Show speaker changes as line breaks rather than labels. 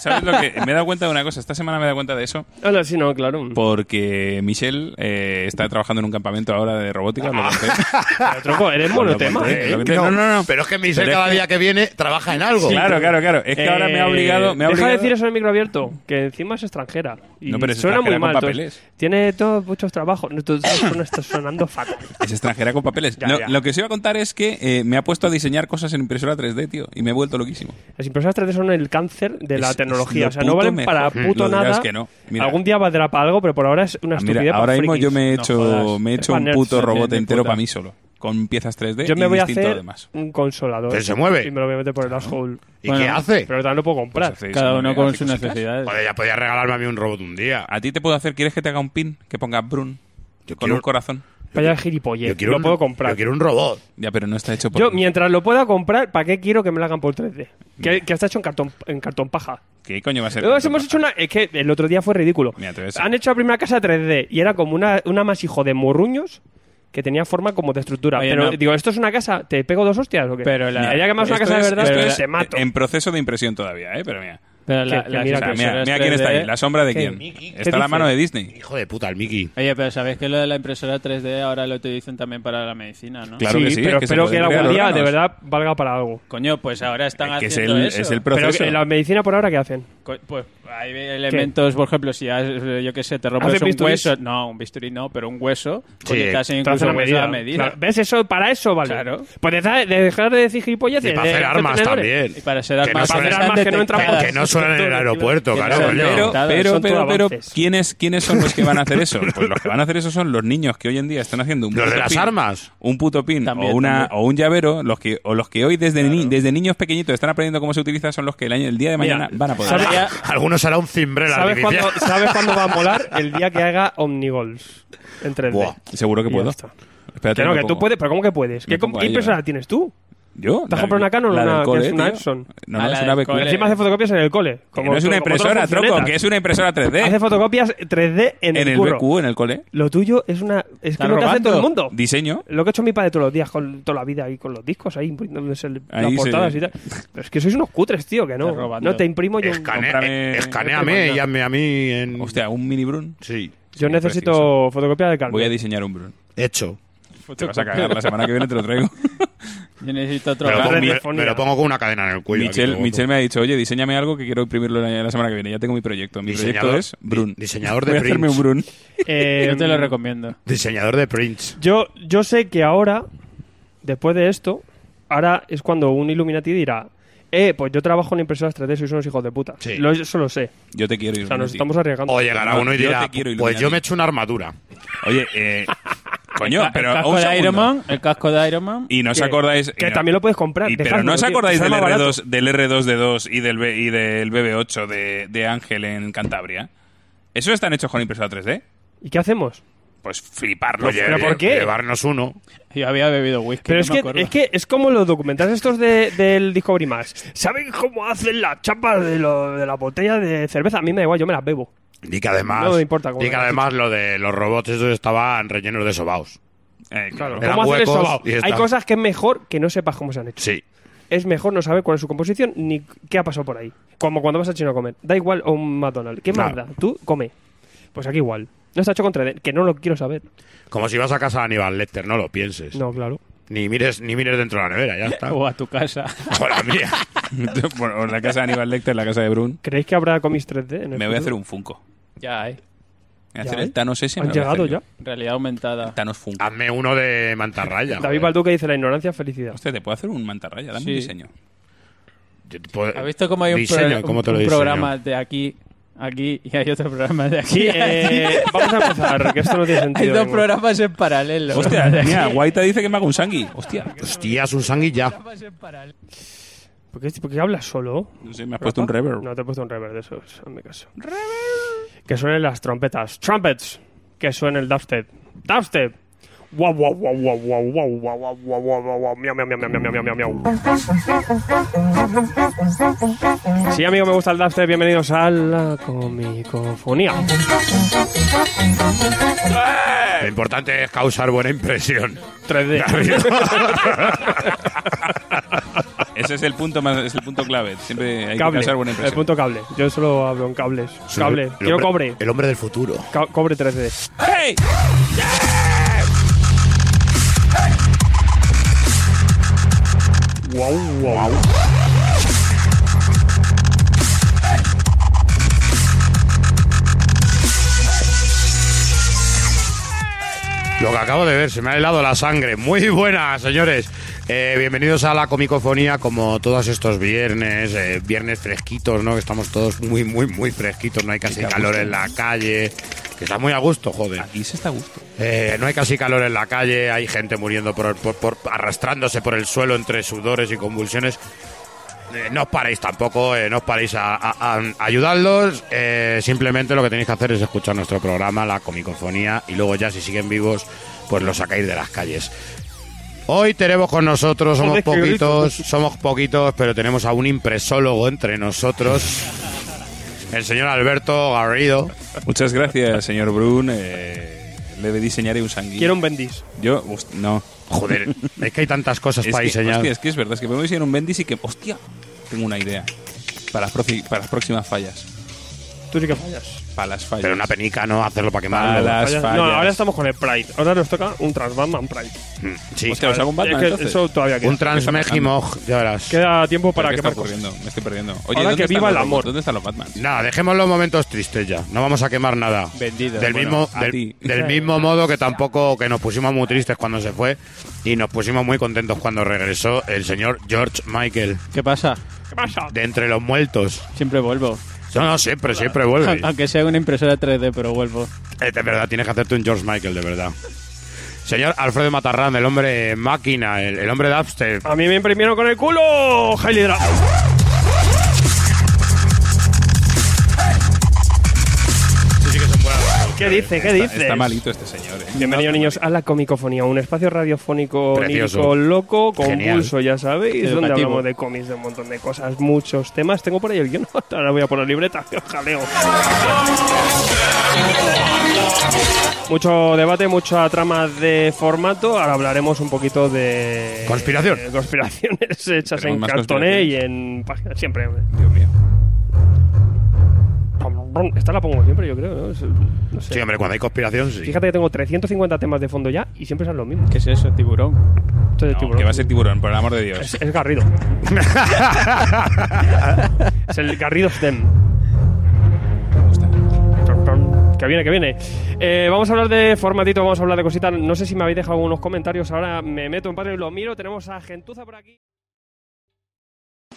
¿Sabes lo que? Me he dado cuenta de una cosa. Esta semana me he dado cuenta de eso
Hola, sí, no, claro.
Pues, porque Michelle eh, está trabajando en un campamento ahora de robótica. lo conté.
Pero, tronco, eres monotema.
conté.
¿eh?
Lo que- no, no, no.
Pero es que Michelle
Pero es
cada
que-
día que viene trabaja en algo.
Claro, claro, claro. Es que ahora me ha
Eh,
obligado. Me ha
deja
obligado-
de decir eso en el micro abierto, que encima es extranjera. Y
No, pero es
suena
extranjera
muy mal.
con
entonces,
papeles.
tiene todos muchos trabajos. No, todo esto está sonando fatal.
Es extranjera con papeles.
Ya,
No,
ya.
Lo que os iba a contar es que eh, me ha puesto a diseñar cosas en impresora 3D, tío. Y me he vuelto loquísimo.
Las impresoras 3D son el cáncer de la
Es- es
tecnología.
lo
o sea, no
puto
valen para
mejor. Hmm,
puto
Lo dirás
nada.
que no. Mira.
Algún día valdrá para algo, pero por ahora es una
Ah,
estupidez
Mira,
para
ahora mismo
frikis.
yo me he
No
hecho,
jodas.
me he
Es
hecho
pa'
un
nerds
puto
de-
robot
de
entero
puta.
para mí solo. Con piezas 3D
eh, Yo me
y
voy a
distinto
hacer
además.
un consolador.
Pero se mueve.
Y me lo voy a meter por el asshole.
¿Y
Bueno,
qué hace?
Pero también lo puedo comprar.
Pues hacéis
Cada
un
uno con
gráfico
sus
sin clase.
necesidades.
Joder, ya podía regalarme a mí un robot un día.
A ti te puedo hacer, ¿quieres que te haga un pin? Que ponga Brun.
Yo
con
quiero-
un corazón.
Vaya gilipollez.
quiero
Lo
un-
puedo comprar.
Yo quiero un robot.
Ya, pero no está hecho por.
Yo, mientras lo pueda comprar, ¿para qué quiero que me lo hagan por 3D? Que, que está hecho en cartón, en cartón paja.
¿Qué coño va a ser?
Luego hemos hecho una. Es que el otro día fue ridículo.
Mira, te voy a decir.
Han hecho la primera casa 3D y era como una, una masijo de morruños que tenía forma como de estructura.
Oye,
pero
no.
digo, ¿esto es una casa? ¿Te pego dos hostias o qué?
Pero la-
Ya que me hagas
Ah,
una
Esto
casa de
es-
verdad,
esto
pero
es
te mato.
En proceso de impresión todavía, ¿eh? Pero mira.
Pero la-
Que- que mira
las
O sea,
que-
mira,
impresoras
mira quién está
3D
ahí. La sombra de quién.
Mickey, ¿qué
Está la
dice?
mano de Disney.
Hijo de puta, el Mickey.
Oye, pero sabéis que lo de la impresora 3D ahora lo utilizan también para la medicina, ¿no?
Claro que sí.
pero
es que se
espero que
pueden
algún
crear
día de
órganos.
verdad valga para algo.
Coño, pues ahora están
Que es
haciendo
el,
eso.
es el
Pero
proceso.
que la medicina por ahora, ¿qué hacen?
Co- Pues hay elementos, por ejemplo, si has, eh, yo qué sé, te rompes
¿Hacen
un
bisturís?
hueso. No, un bisturí no, pero un hueso.
Sí,
coño, te hacen
Te
incluso
hacen la
hueso
medida.
a medida.
Claro. ¿Ves eso? Para eso vale.
Claro.
Pues deja- de dejar de decir gilipolleces.
Y para
de-
hacer
de
armas
tenedores.
también.
Y para ser
Que no
armas,
suelen-
están
armas que no entran
detectadas.
Que no suenan en el aeropuerto,
Que no
claro,
suenan,
coño.
Pero,
Claro,
pero,
son
pero,
todo
pero,
avances.
¿quiénes, ¿quiénes son los que van a hacer eso? Pues los que van a hacer eso son los niños que hoy en día están haciendo un
Los
puto
de las
pin,
armas.
un puto pin
También,
o, una,
también.
o un llavero, los que, o los que hoy desde, ni- desde niños pequeñitos están aprendiendo cómo se utiliza, son los que el, año, el día de
Mira,
mañana van a poder.
¿sabes-
Ahora Pues ya-
Algunos hará un cimbrel
¿Sabes
artificial.
cuándo, ¿Sabes cuándo va a molar? El día que haga Omnigols en 3D.
Buah.
Seguro que
Y ya
puedo.
está.
Espérate
Que no,
me
que tú
pongo.
puedes, pero ¿cómo que puedes?
Me
¿Qué, com-
pongo
¿qué
ahí,
impresora
ahora.
tienes tú?
¿Yo?
¿Te has
La-
comprado una Canon o
la del
una-
cole,
que es una
tío.
Epson?
No,
Ah,
no,
la
es
del
una
cole.
BQ.
Encima hace fotocopias en el cole.
Eh, Que
como-
no es una
como todas
impresora,
las
tronco,
funcionetas.
que es una impresora 3D.
Hace fotocopias 3D en,
en el
curro.
BQ, en el cole.
Lo tuyo es una... Es que
Está
es lo que hace
robando.
todo el mundo.
Diseño.
Lo que ha hecho mi padre todos los días, con toda la vida, y con los discos ahí, imponiéndoles el- las
Ahí se-
portadas y tal. Pero es que sois unos cutres, tío, que
Está
no.
robando.
No te imprimo yo... un-
Escane-
Cómprame-
eh, Escaneame y llame a mí en...
Hostia, un mini Brun.
Sí.
Yo
Sí,
necesito
precioso.
fotocopia
Voy
de
a
Carmen.
diseñar un Brun.
Hecho.
Pues
Te vas a cagar, la semana que viene te lo traigo.
Yo necesito otro
Me
Claro,
lo,
brazo.
pongo, me-
telefonía.
me lo pongo con una cadena en el cuello.
Michel,
aquí,
Michel me ha dicho, oye, diseñame algo que quiero imprimirlo la, la semana que viene. Ya tengo mi proyecto. Mi proyecto
Diseñador-
es Brun.
di- diseñador de
Voy a hacerme
prints.
un Brun.
Eh,
Yo te lo recomiendo.
Diseñador de prints.
Yo, yo sé que ahora, después de esto, ahora es cuando un Illuminati dirá, eh, pues yo trabajo en impresoras 3D, sois unos hijos de puta.
Sí.
Lo, eso lo sé.
Yo te quiero ir.
O sea, nos estamos arriesgando.
O llegará
No,
uno y
yo
dirá,
te quiero,
pues
Illuminati".
yo me he hecho una armadura.
Oye, eh, coño, pero
el
un
casco de Iron
segundo.
Man, el casco de Iron Man.
Y no os
Que-
acordáis...
que
y no-
también lo puedes comprar,
y- pero
dejadlo,
no os
tío,
acordáis
sale
del
más
R2, del R2D2 y del, B- y del BB8 de, de Ángel en Cantabria. ¿Eso están hechos con impresora 3D?
¿Y qué hacemos?
Pues fliparlo.
Pues
ya-
¿pero
lle-
por qué?
Llevarnos uno.
Yo había bebido whisky.
Pero
no
es,
me
que,
acuerdo.
es que es como los documentales estos de, del Discovery Max. ¿Saben cómo hacen las chapas de, lo- de las botellas de cerveza? A mí me da igual, yo me las bebo.
Y que además,
No me importa cómo
y que
lo has
además lo de los robots esos estaban rellenos de sobaos.
Eh, claro.
Eran
¿Cómo hacer
huecos
eso? Bao?
y ya
Hay
está.
cosas que es mejor que no sepas cómo se han hecho.
Sí.
es mejor no saber cuál es su composición ni qué ha pasado por ahí. Como cuando vas a chino a comer. Da igual o un McDonald's. ¿Qué más
Claro.
da? Tú come. Pues aquí igual. No está hecho con 3D, que no lo quiero saber.
Como si vas a casa de Aníbal Lecter, no lo pienses.
No, claro.
Ni mires ni mires dentro de la nevera, ya está.
O a tu casa.
Con la mía.
Bueno, o la casa de Aníbal Lecter, la casa de Brun.
¿Creéis que habrá comis 3D? En el
Me voy a hacer
futuro?
un Funko.
ya,
Me
eh.
voy a
Ya,
hacer
¿eh?
el Thanos ese. me
¿Han
lo voy a hacer
llegado Ah.
yo.
ya?
Realidad aumentada.
Thanos Funko.
Hazme uno de mantarraya.
David
joder.
Balduque dice la ignorancia es felicidad.
Hostia, te puedo hacer un mantarraya, dame
Sí.
un diseño.
Yo te puedo-
¿Has visto cómo hay un,
Diseño,
pro-
¿cómo te lo
un
diseño?
programa de aquí, aquí y hay otro programa de aquí?
Sí, eh, vamos a empezar, que esto no tiene
hay
sentido.
dos
venga.
programas en paralelo.
Hostia, mira, Guaita dice que me haga un sangui. Hostia,
Hostia, es un sangui ya.
Programas en paralelo.
¿Por qué, por qué hablas solo?
no sé, me has puesto un reverb.
No, te he puesto un reverb de esos, en mi caso. Que suenen las trompetas. Trumpets. Que suene el dubstep. Dubstep. Guau, guau, guau, guau, guau, guau, guau, guau, guau, guau, guau, guau, miau, miau, miau, miau, miau, miau, miau, miau. Sí, amigo, me gusta el dubstep. Bienvenidos a la comicofonía.
Lo importante es causar buena impresión.
3D.
Ese es el punto más, es el punto clave. Siempre hay que
Cable.
causar buena
El
impresión.
punto cable. Yo solo hablo en cables.
Soy
Cable.
el
Quiero
hombre-
cobre.
eh.
El hombre del futuro.
Ca- cobre 3D.
¡Hey!
Wow, wow.
Lo que acabo de ver, se me ha helado la sangre. Muy buenas, señores. Eh, bienvenidos a la comicofonía, como todos estos viernes, eh, viernes fresquitos, ¿no? Que estamos todos muy, muy, muy fresquitos, no hay casi
Está a
calor
gusto.
en la calle. Que está muy a gusto, joder.
Aquí se está a gusto.
Eh, no hay casi calor en la calle, hay gente muriendo por, por- por- arrastrándose por el suelo entre sudores y convulsiones. Eh, no os paréis tampoco, eh, no os paréis a, a- a ayudarlos. Eh, simplemente lo que tenéis que hacer es escuchar nuestro programa, la comicofonía, y luego ya si siguen vivos, pues los sacáis de las calles. Hoy tenemos con nosotros, somos
Joder, qué
poquitos, somos poquitos, pero tenemos a un impresólogo entre nosotros, el señor Alberto Garrido.
Muchas gracias, señor Brun. Eh, le diseñaré un sanguíneo.
Quiero un Bendis.
Yo, host- no.
Joder, es que hay tantas cosas
Es
para
que,
diseñar.
hostia, es que es verdad, es que podemos ir a un Bendis y que, hostia, tengo una idea. Para las, proci- para las próximas fallas.
Tú sí que fallas.
Para las fallas.
Pero una penica, ¿no? Hacerlo para
Para
quemarlo.
las
Fallas.
fallas.
No, ahora estamos con el Pride. Ahora nos toca un Transbatman Pride.
Mm, Sí.
Hostia, ¿os hago un Batman,
Es que
entonces?
eso todavía queda.
Un transmegimog, ya verás.
Queda tiempo para
¿Qué
que
está
Marcos-
ocurriendo? Me estoy perdiendo. Oye,
Ahora
¿dónde
que
están
viva
los
el
Batman?
amor.
¿Dónde están los Batman?
Nada, dejemos los momentos tristes ya. No vamos a quemar nada.
Vendido.
Del,
Bueno,
mismo,
a
del,
ti.
del mismo modo que tampoco que nos pusimos muy tristes cuando se fue y nos pusimos muy contentos cuando regresó el señor George Michael
¿Qué pasa?
¿Qué pasa?
de entre los muertos.
Siempre vuelvo.
No, no, siempre, siempre vuelve.
Aunque sea una impresora 3D, pero vuelvo.
Eh, de verdad, tienes que hacerte un George Michael, de verdad. Señor Alfredo Matarrán, el hombre máquina, el, el hombre de upstep.
Ah,
A mí me imprimieron con el culo, Hailey Dra- ¿Qué dice? ¿Qué dice?
Está malito este señor, ¿eh?
Bienvenidos niños a la Comicofonía, un espacio radiofónico
Precioso.
onírico, loco,
Genial.
convulso, ya sabéis, donde
Educativo.
hablamos de cómics, de un montón de cosas, muchos temas. Tengo por ahí el guión, ahora voy a poner libreta, que jaleo. Mucho debate, mucha trama de formato, ahora hablaremos un poquito de...
Conspiración.
de conspiraciones hechas
Tenemos
en
más
cartoné y en páginas, siempre.
Dios mío.
Esta la pongo siempre, yo creo, ¿no? Es- no sé.
Sí, hombre, cuando hay conspiración, sí.
Fíjate que tengo 350 temas de fondo ya y siempre son los mismos.
¿Qué es eso, tiburón?
Esto es de
No,
tiburón.
que va a ser tiburón, por el amor de Dios.
Es, es Garrido. es el Garrido Stem. Que viene, que viene. Eh, vamos a hablar de formatito, vamos a hablar de cositas. No sé si me habéis dejado unos comentarios. Ahora me meto en Patreon y lo miro. Tenemos a Gentuza por aquí.